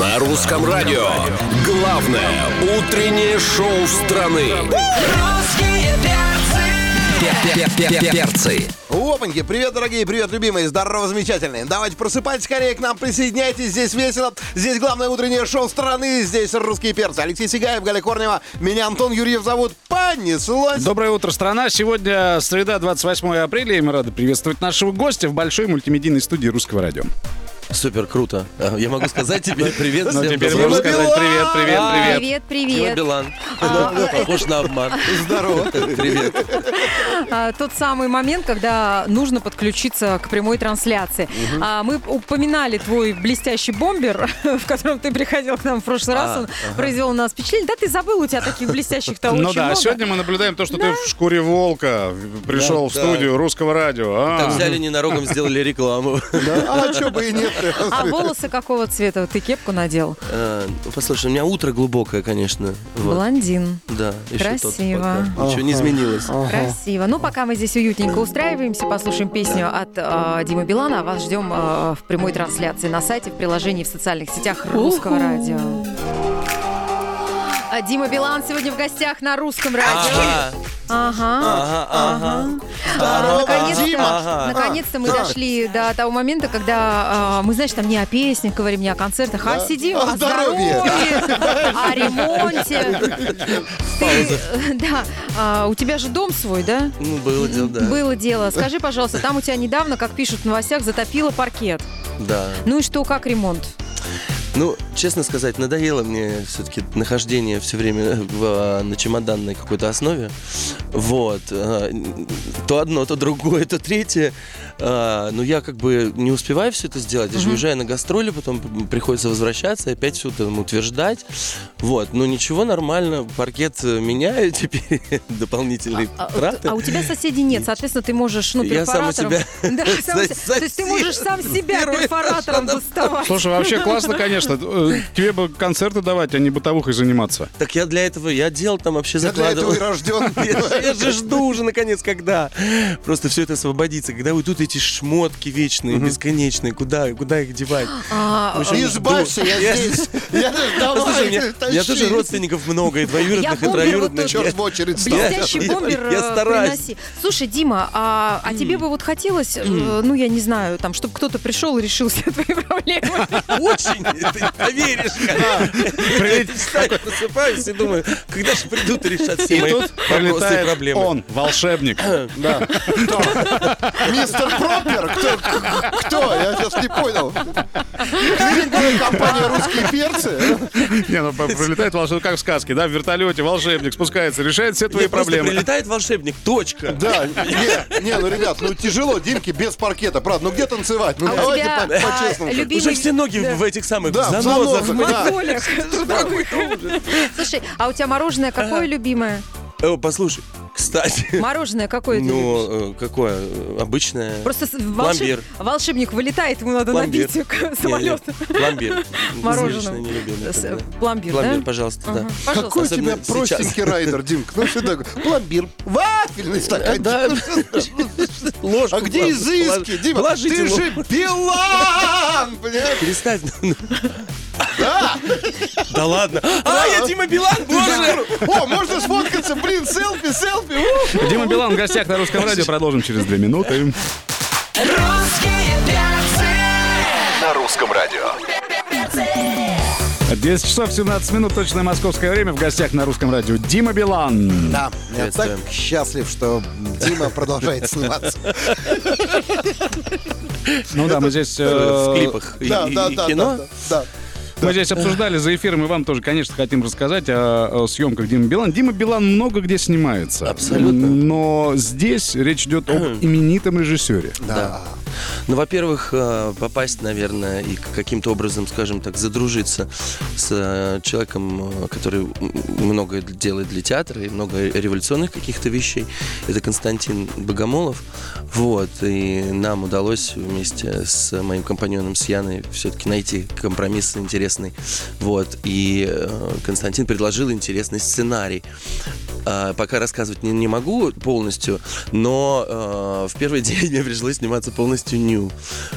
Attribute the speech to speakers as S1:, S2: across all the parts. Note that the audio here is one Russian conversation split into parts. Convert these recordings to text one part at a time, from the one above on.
S1: На русском радио. Главное утреннее шоу страны.
S2: Русские перцы.
S1: Перцы.
S3: Опаньки, привет, дорогие, привет, любимые, здорово, замечательные. Давайте просыпайтесь скорее к нам, присоединяйтесь, здесь весело. Здесь главное утреннее шоу страны, здесь русские перцы. Алексей Сигаев, Галя Корнева, меня Антон Юрьев зовут. Понеслось!
S4: Доброе утро, страна. Сегодня среда, 28 апреля, и мы рады приветствовать нашего гостя в большой мультимедийной студии Русского радио.
S5: Супер круто. А, Я могу сказать тебе привет
S4: Ну,
S5: всем
S4: теперь
S5: доброго
S4: можно
S5: утра.
S4: сказать привет, привет, привет.
S6: Привет,
S5: Тима
S6: привет.
S5: Билан. Э, Похож на обман. Здорово. Привет. Э,
S6: А, тот самый момент, когда нужно подключиться к прямой трансляции. А, мы упоминали твой блестящий бомбер, в котором ты приходил к нам в прошлый раз.
S5: А,
S6: Он произвел на нас впечатление. Да, ты забыл, у тебя таких блестящих-то очень
S4: Ну да, а
S6: много.
S4: сегодня мы наблюдаем то, что ты в шкуре волка в- пришел
S5: Да,
S4: в
S5: да.
S4: студию Русского радио. А.
S5: Так взяли ненароком, сделали рекламу.
S3: Да, А чё бы и нет?
S6: А волосы какого цвета? Ты кепку надел?
S5: Э, ну, Послушай, у меня утро глубокое, конечно. Вот.
S6: Блондин.
S5: Да, еще тот
S6: Красиво.
S5: пока. Ничего не изменилось.
S6: Красиво. Ну, пока мы здесь уютненько устраиваемся, послушаем песню от э, Димы Билана. А вас ждем э, в прямой трансляции на сайте, в приложении, в социальных сетях Русского радио. А Дима Билан сегодня в гостях на Русском радио.
S5: Ага,
S6: Ага.
S5: А, ага, ага.
S6: А,
S5: Дима.
S6: Наконец-то, наконец-то мы дошли до того момента, когда а, мы, знаешь, там не о песнях говорим, не о концертах, а сидим
S3: О
S6: о здоровье, о ремонте. Ты, да, а, у тебя же дом свой, да?
S5: Ну, было дело, да.
S6: Было дело. Скажи, пожалуйста, там у тебя недавно, как пишут в новостях, затопило паркет.
S5: Да.
S6: Ну и что, как ремонт?
S5: Ну, честно сказать, надоело мне все-таки нахождение все время в, э, на чемоданной какой-то основе. Вот. э, То одно, то другое, то третье. Э, Но я как бы не успеваю все это сделать. Я же уезжаю на гастроли, потом приходится возвращаться, и опять все там утверждать. Вот. Ну, ничего, нормально. Паркет э, меняю теперь. Дополнительные
S6: А,
S5: траты.
S6: а у тебя соседей нет, соответственно, ты можешь, ну,
S5: Я сам у
S6: перфоратором...
S5: себя
S6: Да, сам у себя.
S5: сосед-
S6: То есть ты можешь сам себя
S5: первый шаг.
S6: перфоратором доставать.
S4: Слушай, вообще классно, конечно. Э, Тебе бы концерты давать, а не бытовухой заниматься.
S5: Так я для этого, я делал там вообще
S3: Я для этого
S5: закладывал.
S3: и рожден.
S5: Я же- я же жду уже, наконец, когда. Просто все это освободится. Когда уйдут эти шмотки вечные, бесконечные. Куда, куда их девать?
S6: А,
S5: В общем,
S3: Избавься, я здесь. Я
S5: Послушай, у меня- у меня
S3: давай,
S5: тоже
S3: тащи.
S5: родственников много, и двоюродных, и
S6: помню вот
S5: троюродных.
S3: Черт в очередь стал.
S6: Блестящий
S5: Я-
S6: бомбер
S5: я
S6: э,
S5: стараюсь.
S6: приноси. Слушай, Дима, а, а тебе бы вот хотелось, э, ну я не знаю, там, чтобы кто-то пришел и решил все твои проблемы.
S5: Очень, ты не поверишь. когда Я представь, просыпаюсь и думаю, когда же придут и решат все
S4: И
S5: мои
S4: тут
S5: вопросы и
S4: прилетает
S5: проблемы.
S4: он, волшебник.
S3: Да. Кто? Мистер Пропер? Кто? Кто? Я сейчас не понял. Клининговая компания «Русские перцы».
S4: Не, ну прилетает волшебник, как в сказке, да, в вертолете волшебник спускается, решает все твои
S5: Мне просто
S4: проблемы.
S5: прилетает волшебник, точка.
S3: Да, не, не, ну, ребят, ну тяжело Димке без паркета, правда. Ну где танцевать? Ну
S6: А у
S3: давайте
S6: тебя,
S3: по-
S6: а,
S3: по-честному.
S6: любимый-
S5: Уже все ноги в этих самых
S3: Да, в
S5: занозах.
S3: занозах,
S5: блин.
S3: да.
S6: Моголик. Слушай, а у тебя мороженое какое любимое?
S5: Э, Послушай, кстати,
S6: Мороженое какое ты любишь?
S5: ну, э, какое? э, Обычное.
S6: Просто с- волшеб-
S5: Пломбир.
S6: волшебник вылетает, ему надо
S5: Пломбир.
S6: набить самолет.
S5: Не, не, Пломбир.
S6: Мороженым.
S5: Сливочное не любил
S6: С-
S5: никогда.
S6: Пломбир,
S5: Пломбир,
S6: да?
S5: пожалуйста, да.
S6: Ага. Пожалуйста.
S3: Какой у тебя
S5: Особенно
S3: простенький
S5: сейчас.
S3: райдер, Димка? Ну что такое? Пломбир, вафельный стаканчик.
S5: Да.
S3: Ну, что ж, ну,
S5: Ложку
S3: А где
S5: положи-
S3: изыски,
S5: положи-
S3: Дима?
S5: положите
S3: Ты
S5: ложку.
S3: же Билан! Понимаешь?
S5: Перестань. ну. Да ладно. А, я Дима Билан, боже!
S3: О, можно сфоткаться, блин, селфи, селфи. у!
S4: Дима Билан в гостях на русском радио. Продолжим через две минуты.
S2: Русские перцы.
S4: 10 часов 17 минут, точное московское время. В гостях на русском радио Дима Билан.
S3: Да, я так
S5: Приветствуем.
S3: счастлив, что Дима продолжает сниматься.
S4: Ну да, мы здесь, э,
S5: В клипах и
S3: Да, да,
S5: и- и
S3: да, да,
S5: кино.
S3: да.
S4: мы здесь обсуждали за эфиром, и вам тоже, конечно, хотим рассказать о, о съемках Димы Билан. Дима Билан много где снимается.
S5: Абсолютно.
S4: Но здесь речь идет об именитом режиссере.
S5: Да. Ну, во-первых, э, попасть, наверное, и каким-то образом, скажем так, задружиться с э, человеком, э, который м- многое делает для театра и много революционных каких-то вещей. Это Константин Богомолов. Вот. И нам удалось вместе с моим компаньоном, с Яной, все-таки найти компромисс интересный. Вот. И э, Константин предложил интересный сценарий. А, А, Пока рассказывать не, не могу полностью, но э, в первый день мне пришлось сниматься полностью ню.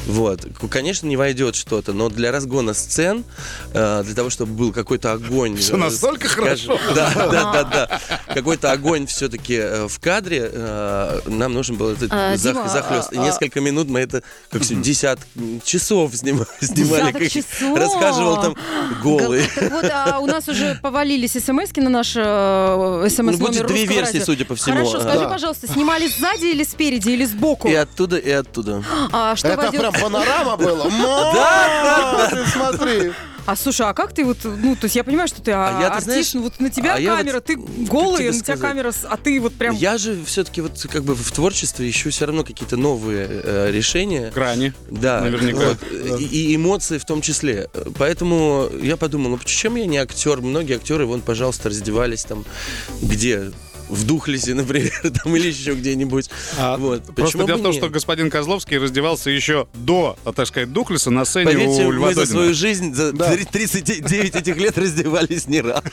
S5: Вот. К- Конечно, не войдет что-то, но для разгона сцен, э, для того, чтобы был какой-то огонь.
S4: Всё
S5: э,
S4: настолько
S5: скажем, Да, да, да, да. Какой-то огонь все-таки в кадре. э, Нам нужен был этот
S6: А, Дима,
S5: захлест.
S6: а, а-
S5: Несколько минут мы это, как все, десят часов снима- снимали.
S6: Десяток
S5: как
S6: часов?
S5: Рассказывал там голый.
S6: Так вот, а у нас уже повалились смс на наш э, смс-номер
S5: Ну, будет две версии, судя по всему. А,
S6: Хорошо, скажи,
S5: Да.
S6: пожалуйста, снимали сзади или спереди, или сбоку?
S5: И оттуда, и оттуда.
S6: А что
S3: Это
S6: войдет-
S3: прям панорама была. Да, ты смотри.
S6: А слушай, а как ты вот, ну, то есть я понимаю, что ты а,
S5: я, ты
S6: артист,
S5: знаешь,
S6: ну, вот на тебя
S5: а я
S6: камера,
S5: вот-
S6: ты
S5: как тебе
S6: голый, на тебя
S5: сказать?
S6: камера, с- а ты вот прям...
S5: Я же все-таки вот как бы в творчестве ищу все равно какие-то новые э, решения.
S4: Кране.
S5: Да,
S4: Наверняка.
S5: вот, И, и эмоции в том числе. Поэтому я подумал, ну почему я не актер? Многие актеры, вон, пожалуйста, раздевались там, где? В Духлесе, например, там, или еще где-нибудь.
S4: А,
S5: вот.
S4: Просто
S5: Почему
S4: дело
S5: бы
S4: в том,
S5: не?
S4: что господин Козловский раздевался еще до, а, так сказать, Духлиса на сцене
S5: Поверьте,
S4: у Льва
S5: мы за
S4: Додина.
S5: свою жизнь за
S3: Да.
S5: 39 этих лет раздевались не раз.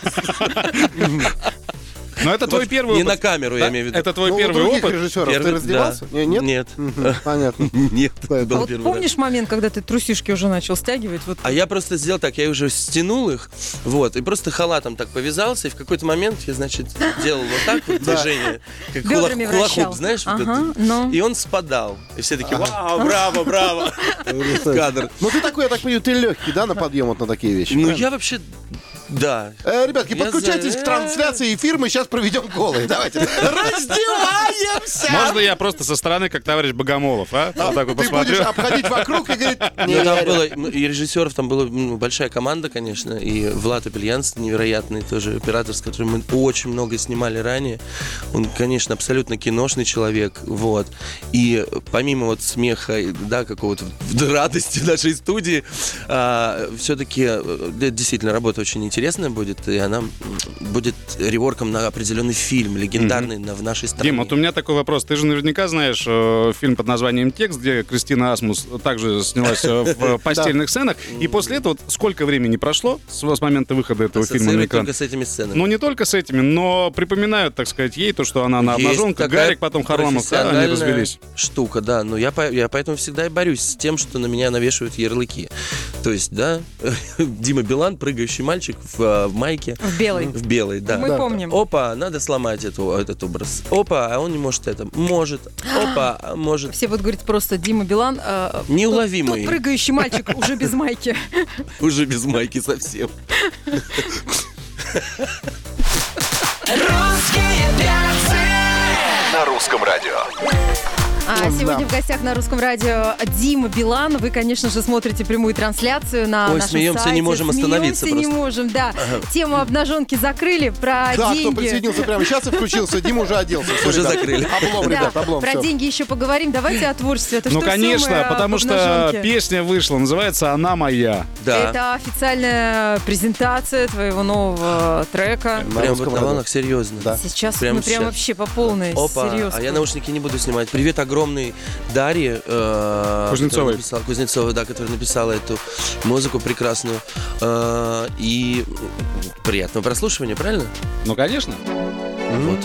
S4: Но это твой первый
S5: Не
S4: опыт.
S5: на камеру, я
S4: Да?
S5: имею в виду.
S4: Это твой
S3: Ну, у
S4: первый
S3: других
S4: опыт.
S3: режиссеров ты
S5: Первый-
S3: раздевался?
S5: да.
S3: Не- Нет?
S5: Нет.
S3: Мгм, Понятно.
S5: Нет.
S3: Да,
S6: а
S5: был
S6: вот
S5: первый раз.
S6: помнишь момент, когда ты трусишки уже начал стягивать? Вот
S5: А я просто сделал так, я уже стянул их, вот, и просто халатом так повязался, и в какой-то момент я, значит, делал вот так вот движение, как кулак,
S6: бедрами вращал.
S5: кулахуп, знаешь, вот
S6: Ага, ну.
S5: этот.
S6: но...
S5: И он спадал. И все такие, вау, браво, браво. Кадр.
S3: Ну ты такой, я так понимаю, ты легкий, да, на подъем вот на такие вещи?
S5: Ну,
S3: правильно?
S5: я вообще, да.
S3: Э, ребятки,
S5: я
S3: подключайтесь
S5: за-
S3: к трансляции эфира, мы сейчас проведем голые. Давайте. Раздеваемся!
S4: Можно я просто со стороны, как товарищ Богомолов, а?
S6: Ну,
S4: Вот так вот
S3: Ты будешь
S4: посмотрю.
S3: обходить вокруг и говорить,
S6: А
S5: Ну,
S3: не
S5: там
S3: верю.
S5: было, и режиссеров там была ну, большая команда, конечно, и Влад Апельянс, невероятный тоже оператор, с которым мы очень много снимали ранее. Он, конечно, абсолютно киношный человек, вот. И помимо вот смеха, и, да, какого-то в- радости нашей студии, а, все-таки действительно работа очень интересная будет, и она м, будет реворком на определенный фильм, легендарный на, в нашей стране.
S4: Дим, вот у меня такой вопрос. Ты же наверняка знаешь э, фильм под названием «Текст», где Кристина Асмус также снялась э, в э, постельных сценах. И после этого вот сколько времени прошло с с момента выхода этого фильма на
S5: Ассоциирует
S4: экран?
S5: только с этими сценами.
S4: Ну, не только с этими, но припоминают, так сказать, ей то, что она на
S5: Есть
S4: обнаженка,
S5: такая
S4: А Гарик, потом Харламов, да, они
S5: профессиональная
S4: развелись.
S5: Штука, да. Но я, по- я поэтому всегда и борюсь с тем, что на меня навешивают ярлыки. То есть, да, Дима Билан, прыгающий мальчик в, э, в майке.
S6: В белой.
S5: В белой, да.
S6: Мы Да. помним.
S5: Опа, надо сломать эту, этот образ. Опа, а он не может это. Может. Опа, а может.
S6: Все вот говорят просто Дима Билан. э, тот-
S5: Неуловимый.
S6: Тот, прыгающий мальчик уже без майки.
S5: Уже без майки совсем.
S2: Русские перцы.
S1: На русском радио.
S6: А сегодня в гостях на русском радио Дима Билан. Вы, конечно же, смотрите прямую трансляцию на
S5: Ой,
S6: нашем
S5: смеемся,
S6: сайте.
S5: не можем остановиться
S6: Смеемся, не
S5: просто.
S6: можем, да. Тему обнаженки закрыли, про
S3: Да, кто
S6: деньги.
S3: присоединился прямо сейчас и включился, Дима уже оделся. Всё,
S5: Уже
S3: ребят.
S5: закрыли.
S3: Облом,
S6: Да,
S3: ребят, облом.
S6: про
S3: всё.
S6: деньги еще поговорим. Давайте о творчестве. Это
S4: Ну,
S6: что все мы,
S4: конечно,
S6: а,
S4: потому
S6: об
S4: что
S6: обнаженке?
S4: песня вышла, называется «Она моя».
S5: Да.
S6: Это официальная презентация твоего нового трека.
S3: На
S5: Прям
S3: русском
S5: вот на
S3: радио.
S5: волнах, серьезно.
S3: Да.
S6: Сейчас
S5: Прямо
S6: мы прям
S5: сейчас.
S6: вообще по полной.
S5: Опа,
S6: серьезно.
S5: а я наушники не буду снимать. Привет огромный Дарье. э,
S4: Кузнецовой.
S5: которая написала- Кузнецовой, да, которая написала эту музыку прекрасную. Э, И м, приятного прослушивания, правильно?
S4: Ну, конечно.
S5: Вот.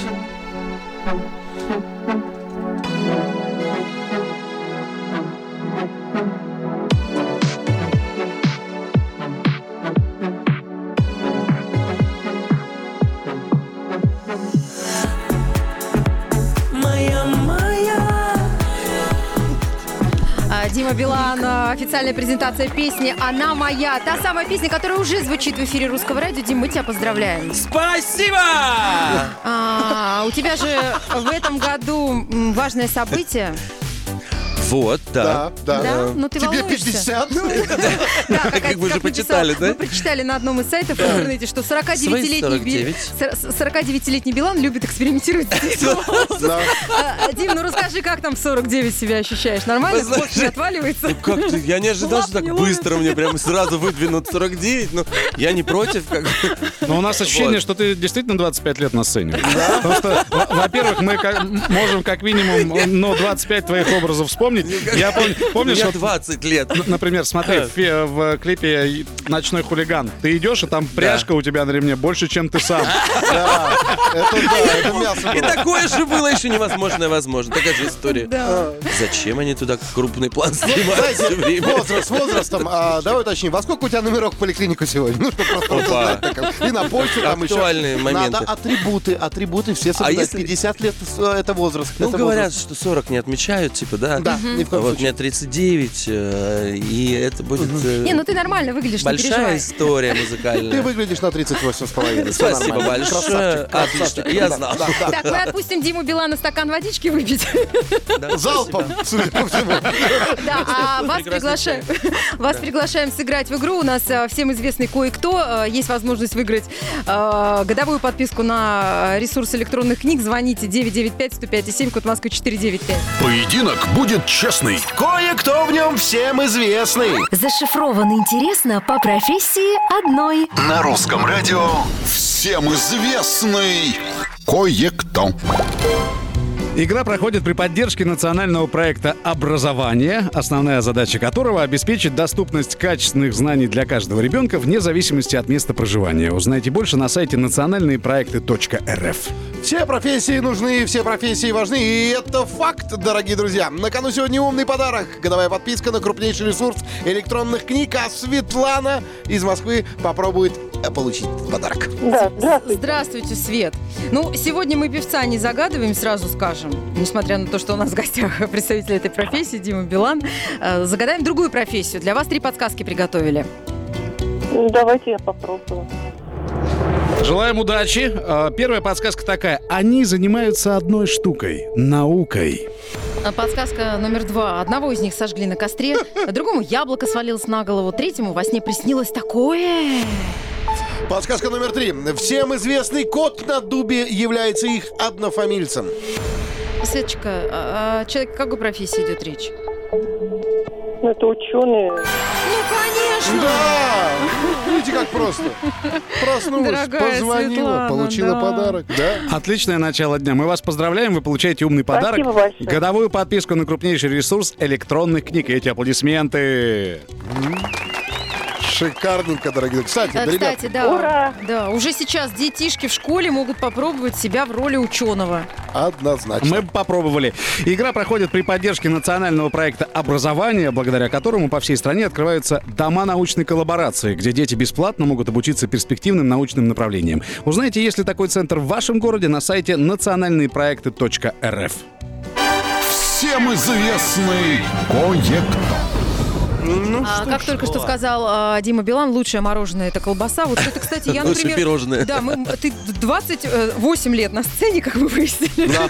S2: Моя, моя.
S6: А, Дима Билан, а, официальная презентация песни «Она моя». Та самая песня, которая уже звучит в эфире Русского радио. Дим, мы тебя поздравляем.
S5: Спасибо!
S6: А, у тебя же в этом году м, важное событие.
S5: Вот, да.
S3: Да, да.
S6: Да? Ну, ты
S3: Тебе
S6: волнуешься.
S3: 50?
S6: Да, как,
S5: Как вы
S6: как
S5: уже
S6: написал-
S5: почитали, да?
S6: Мы прочитали на одном из сайтов в интернете, что 49-летний, Би-
S5: 49.
S6: сор- 49-летний Билан любит экспериментировать.
S3: Да.
S6: А, Дим, ну расскажи, как там в 49 себя ощущаешь? Нормально?
S5: Вы знаете- ну
S6: Бог не отваливается?
S5: Как ты? Я не ожидал,
S6: Лап
S5: что так
S6: не ловит.
S5: быстро мне прям сразу выдвинут 49, но я не против. Как... бы.
S4: Но у нас ощущение,
S5: Вот.
S4: что ты действительно 25 лет на сцене. э, Потому что, во- во-первых, мы как- можем как минимум, ну, 25 твоих образов вспомнить,
S5: ни в каком-
S4: Я помню, помнишь,
S5: Мне
S4: вот,
S5: 20 лет. Ну,
S4: н- например, смотри, в, фе- в клипе «Ночной хулиган» ты идешь, и там пряжка у тебя на ремне больше, чем ты сам.
S3: Это да, это мясо
S5: И
S3: было.
S5: такое же было еще невозможное возможно. Такая же история. Зачем они туда крупный план снимают все время?
S3: Возраст, с возрастом. А, давай уточни, во сколько у тебя номерок в поликлинику сегодня? Ну, чтобы просто вот
S5: Опа.
S3: знать, так, как. И на почту там еще.
S5: Актуальные моменты. А
S3: Надо атрибуты, атрибуты все соблюдать.
S5: если-
S3: 50 лет э, это возраст.
S5: Ну,
S3: это
S5: говорят,
S3: возраст.
S5: что 40 не отмечают, типа, да?
S3: Да, ни в коем
S5: Вот
S3: случае.
S5: мне 39, э, и это будет э,
S7: Не, ну ты нормально выглядишь, не
S5: большая
S7: переживай.
S5: история
S3: Ты
S5: музыкальная.
S3: выглядишь на 38 с половиной. Всё
S5: Спасибо
S3: нормально.
S5: большое. Отлично, я знал.
S7: Так, мы отпустим Диму Билана стакан водички выпить.
S3: Залпом, судя по всему.
S7: Да, а вас
S5: Прекрасный
S7: приглашаем. Вас приглашаем сыграть в игру. У нас э, всем известный кое-кто. Э, Есть возможность выиграть э, годовую подписку на э, ресурс электронных книг. Звоните 995-105-7, код Москвы 495.
S1: Поединок будет честный.
S3: Кое-кто в нем всем известный.
S8: Зашифровано интересно по профессии одной.
S9: На русском радио всем известный кое-кто.
S4: Игра проходит при поддержке национального проекта «Образование», основная задача которого – обеспечить доступность качественных знаний для каждого ребенка вне зависимости от места проживания. Узнайте больше на сайте национальныепроекты.рф.
S3: Все профессии нужны, все профессии важны, и это факт, дорогие друзья. На кону сегодня умный подарок. Годовая подписка на крупнейший ресурс электронных книг, а Светлана из Москвы попробует э, получить этот подарок.
S6: Здравствуйте, Свет. Ну, сегодня мы певца не загадываем, сразу скажем. Несмотря на то, что у нас в гостях представитель этой профессии, Дима Билан. Э, Загадаем другую профессию. Для вас три подсказки приготовили.
S10: Ну, Давайте я попробую.
S4: Желаем удачи. Э, Первая подсказка такая. Они занимаются одной штукой – наукой.
S6: А Подсказка номер два. Одного из них сожгли на костре, а другому яблоко свалилось на голову, третьему во сне приснилось такое.
S3: Подсказка номер три. Всем известный кот на дубе является их однофамильцем.
S6: Светочка, а- а человек о какой профессии идет речь?
S10: Ну, Это ученые.
S6: Ну, конечно!
S3: Да! Видите, как просто. Проснулась,
S6: Дорогая
S3: позвонила,
S6: Светлана,
S3: получила
S6: да.
S3: подарок, да?
S4: Отличное начало дня. Мы вас поздравляем. Вы получаете умный подарок.
S10: Спасибо большое.
S4: Годовую подписку на крупнейший ресурс электронных книг. И эти аплодисменты.
S3: Шикарненько, дорогие друзья. Кстати,
S6: А,
S3: да, ребят,
S6: Кстати, да.
S10: Ура!
S6: Да, уже сейчас детишки в школе могут попробовать себя в роли ученого.
S3: однозначно.
S4: Мы бы попробовали. Игра проходит при поддержке национального проекта «Образование», благодаря которому по всей стране открываются дома научной коллаборации, где дети бесплатно могут обучиться перспективным научным направлениям. Узнайте, есть ли такой центр в вашем городе на сайте национальныепроекты.рф.
S9: Всем известный кое-кто.
S6: А, как только что сказал а, Дима Билан, лучшее мороженое это колбаса. Вот это, кстати, я,
S5: Лучше
S6: например...
S5: пирожное.
S6: Да, мы, ты 28 лет на сцене, как вы выяснили.
S3: А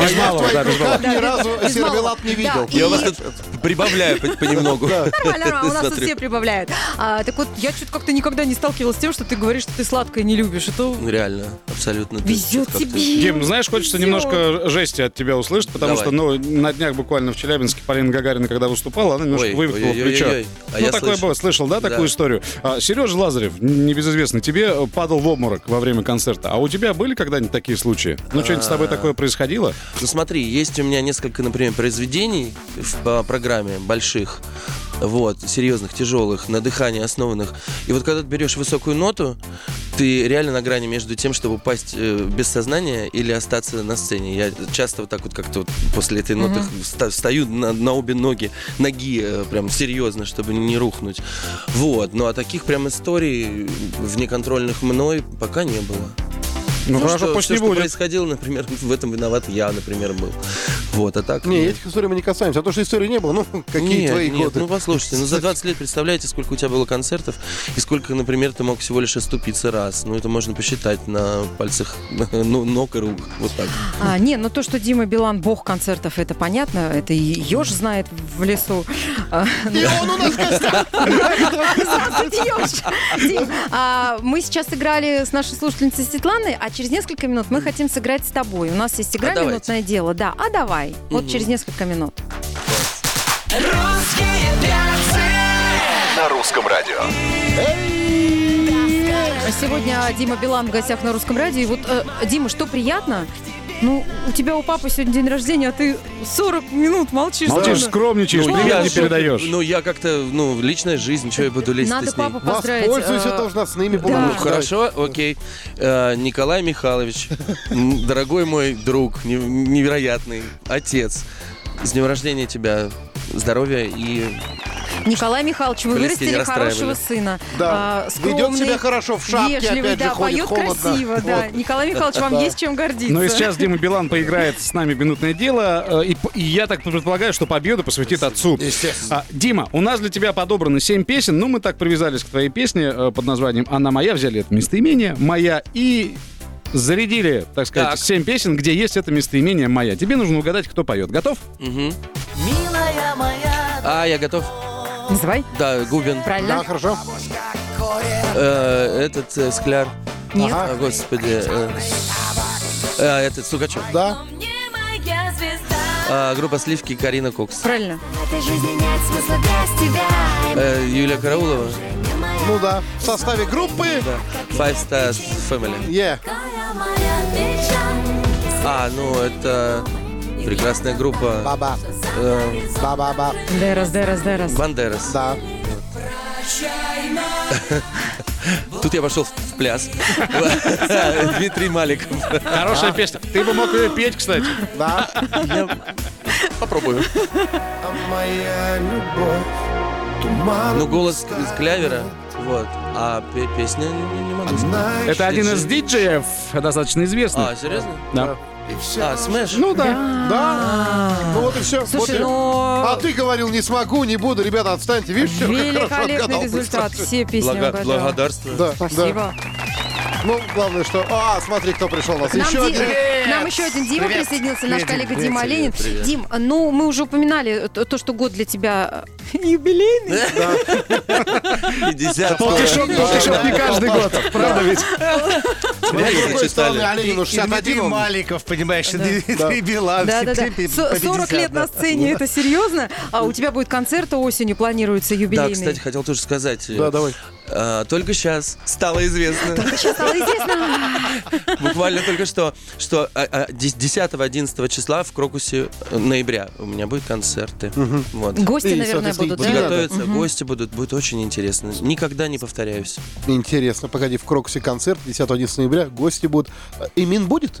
S3: я в
S4: малого, да,
S3: твоих
S4: без
S3: руках ни
S6: Да,
S3: разу
S6: без малого.
S3: сервелат не
S6: Да,
S3: видел.
S6: и-
S5: Я вас тут прибавляю по- понемногу.
S6: Нормально, нормально, у нас тут
S5: Смотрю.
S6: все прибавляют. А, так вот, я что-то как-то никогда не сталкивалась с тем, что ты говоришь, что ты сладкое не любишь. Это
S5: Ну, Реально, абсолютно. Ты
S6: везет
S5: как-то-
S6: тебе.
S4: Дим, ну, знаешь, хочется
S6: Везет.
S4: немножко жести от тебя услышать, потому
S5: Давай.
S4: что ну, на днях буквально в Челябинске Полина Гагарина, когда выступала, она немножко
S5: Ой,
S4: вывихнула
S5: ой, ой,
S4: плечо.
S5: ой, ой. А
S4: ну,
S5: я
S4: такое
S5: слышал.
S4: было. Слышал, да, такую
S5: Да.
S4: историю? А, Сережа Лазарев, небезызвестный тебе, э, падал в обморок во время концерта. А у тебя были когда-нибудь такие случаи? Ну, что-нибудь с
S5: А.
S4: тобой такое происходило?
S5: Ну смотри, есть у меня несколько, например, произведений в по программе больших, вот, серьезных, тяжелых, на дыхании основанных. И вот когда ты берешь высокую ноту, ты реально на грани между тем, чтобы упасть э, без сознания или остаться на сцене. Я часто вот так вот как-то вот после этой ноты вста- встаю на, на обе ноги, ноги э, прям серьезно, чтобы не рухнуть. Вот, ну а таких прям историй э, внеконтрольных мной пока не было.
S4: Ну,
S5: Ну,
S4: хорошо,
S5: что,
S4: пусть
S5: всё,
S4: не
S5: что
S4: будет.
S5: происходило, например, в этом виноват я, например, был. Вот, а так...
S3: Не,
S5: нет.
S3: этих историй мы не касаемся. А то, что истории не было, ну, какие
S5: Нет,
S3: твои
S5: нет,
S3: годы.
S5: ну послушайте, ну за 20 лет представляете, сколько у тебя было концертов и сколько, например, ты мог всего лишь оступиться раз. Ну это можно посчитать на пальцах ну, ног и рук. Вот так.
S6: А, не, ну то, что Дима Билан бог концертов, это понятно. Это и еж знает в лесу. А,
S3: И он у нас в гостях.
S6: Здравствуйте, еж! Дим, а, мы сейчас играли с нашей слушательницей Светланой, а через несколько минут мы хотим сыграть с тобой. У нас есть игра
S5: А давайте.
S6: «Минутное дело». Да, а давай. Вот через несколько минут.
S2: Русские перцы.
S9: На русском радио.
S6: Сегодня Дима Билан в гостях на Русском радио. И вот, э, Дима, что приятно, Ну, у тебя у папы сегодня день рождения, а ты 40 минут молчишь.
S4: Молчишь,
S6: словно.
S4: скромничаешь,
S5: Ну,
S4: привет
S5: я
S4: не
S5: шо-
S4: передаешь.
S5: Ну, я как-то, ну, личная жизнь, что я буду лезть
S6: Надо
S5: с ней?
S6: папу поздравить.
S3: Воспользуйся
S6: э,
S3: должностными
S5: Ну,
S3: полномочиями.
S5: хорошо, окей. Э, Николай Михайлович, м, дорогой мой друг, нев- невероятный отец, с днем рождения тебя, здоровья и...
S6: Николай Михайлович, вы
S5: Близкие не
S6: вырастили
S5: расстраивали.
S6: хорошего сына.
S3: Да.
S6: А,
S3: Ведет
S6: скромный,
S3: себя хорошо в шапке,
S6: вежливый,
S3: опять же,
S6: да,
S3: ходит
S6: поет
S3: холодно.
S6: красиво, да.
S3: Вот.
S6: Николай Михайлович, вам есть чем гордиться.
S4: Ну и сейчас Дима Билан поиграет с нами в минутное дело, э, и, п- и я так предполагаю, что победу посвятит отцу.
S3: Естественно.
S4: А, Дима, у нас для тебя подобрано 7 песен, ну мы так привязались к твоей песне э, под названием «Она моя», взяли это местоимение «Моя» и зарядили, так сказать,
S5: Так.
S4: семь 7 песен, где есть это местоимение «Моя». Тебе нужно угадать, кто поет. Готов?
S5: Мгм. А, я готов.
S6: Называй.
S5: Да, Губин.
S3: Да,
S6: Правильно?
S3: хорошо.
S5: Э, этот э, Скляр.
S6: Нет.
S5: А, господи. э, э, этот Сукачев.
S3: Да.
S5: А, группа Сливки Карина Кокс.
S6: Правильно.
S5: Э, Юлия Караулова.
S3: Ну да. В составе группы.
S5: Да. Five Stars Family.
S3: Е.
S5: А, ну это прекрасная группа.
S3: Баба.
S5: э,
S3: Ба-ба-ба.
S6: Дай раз, дай раз, дай раз.
S5: Бандерас.
S3: Да.
S5: Тут я пошел в- в пляс. Дмитрий Маликов.
S4: Хорошая песня. А. Ты бы мог ее петь, кстати.
S3: Да.
S5: Попробую. Ну, голос из клявера. Вот. А пе- песня не, не могу сказать.
S4: Это один из диджеев, достаточно известный.
S5: А, серьезно?
S4: Да.
S5: А, Смэш?
S4: Ну да.
S3: Да. Ну вот и все.
S6: Слушай, ну...
S3: А ты говорил, не смогу, не буду. Ребята, отстаньте. Видишь, всё, как хорошо
S6: Великолепный
S3: отгадал
S6: результат.
S3: быстро.
S6: Все песни
S5: Блага-
S6: угадал.
S5: благодарствую.
S3: Да, да.
S6: Спасибо.
S3: Ну, главное, что... А, смотри, кто пришел у нас.
S6: Нам
S3: Еще
S6: Ди-
S3: один.
S6: к нам еще один Дима присоединился, наш коллега Дима Оленин. Дим, ну мы уже упоминали то, то, что год для тебя э, юбилейный.
S5: 50.
S4: Полтишок, полтишок не каждый год. Правда ведь?
S3: Смотри, с другой стороны,
S5: зачитали.
S3: Оленину 61. он-
S2: Маликов, понимаешь, Дмитрий Билан.
S6: Да, да, да.
S2: все пи-
S6: Со-
S2: по
S6: 40 лет
S2: 50, да.
S6: на сцене, это серьезно? А у тебя будет концерт осенью, планируется
S5: Да,
S6: юбилейный.
S5: кстати, хотел тоже сказать. э,
S3: Да, давай.
S5: э, Только сейчас стало известно.
S6: Сейчас стало известно.
S5: Буквально только что, что а, 10-11 числа в Крокусе э, ноября у меня будут концерты. Вот.
S6: Гости,
S3: И,
S6: наверное,
S3: соответственно,
S6: будут,
S3: и
S6: да?
S5: Готовятся, гости будут, будет очень интересно. Никогда не повторяюсь.
S3: Интересно, погоди, в Крокусе концерт 10-11 ноября, гости будут. Э, Имин будет?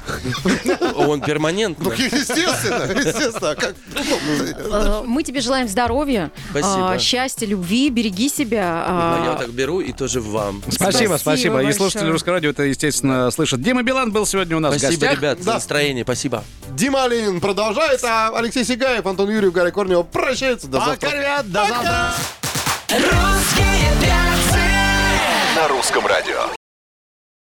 S5: Он перманентно.
S3: Естественно, естественно.
S5: А
S3: Как?
S6: Э, Мы тебе желаем здоровья,
S5: Спасибо.
S6: э, счастья, любви, береги себя.
S5: Но
S6: э,
S5: я вот так беру и тоже вам.
S4: Спасибо,
S6: Спасибо
S4: спасибо. И
S6: большое.
S4: слушатели Русского радио это, естественно, слышат. Дима Билан был сегодня у нас А в
S5: Спасибо,
S4: гостях.
S5: ребят, за настроение. Спасибо.
S3: Дима Оленин продолжает, а Алексей Сигаев, Антон Юрьев, Гарри Корнева прощаются. До завтра.
S2: ребят, до завтра.
S9: На русском радио.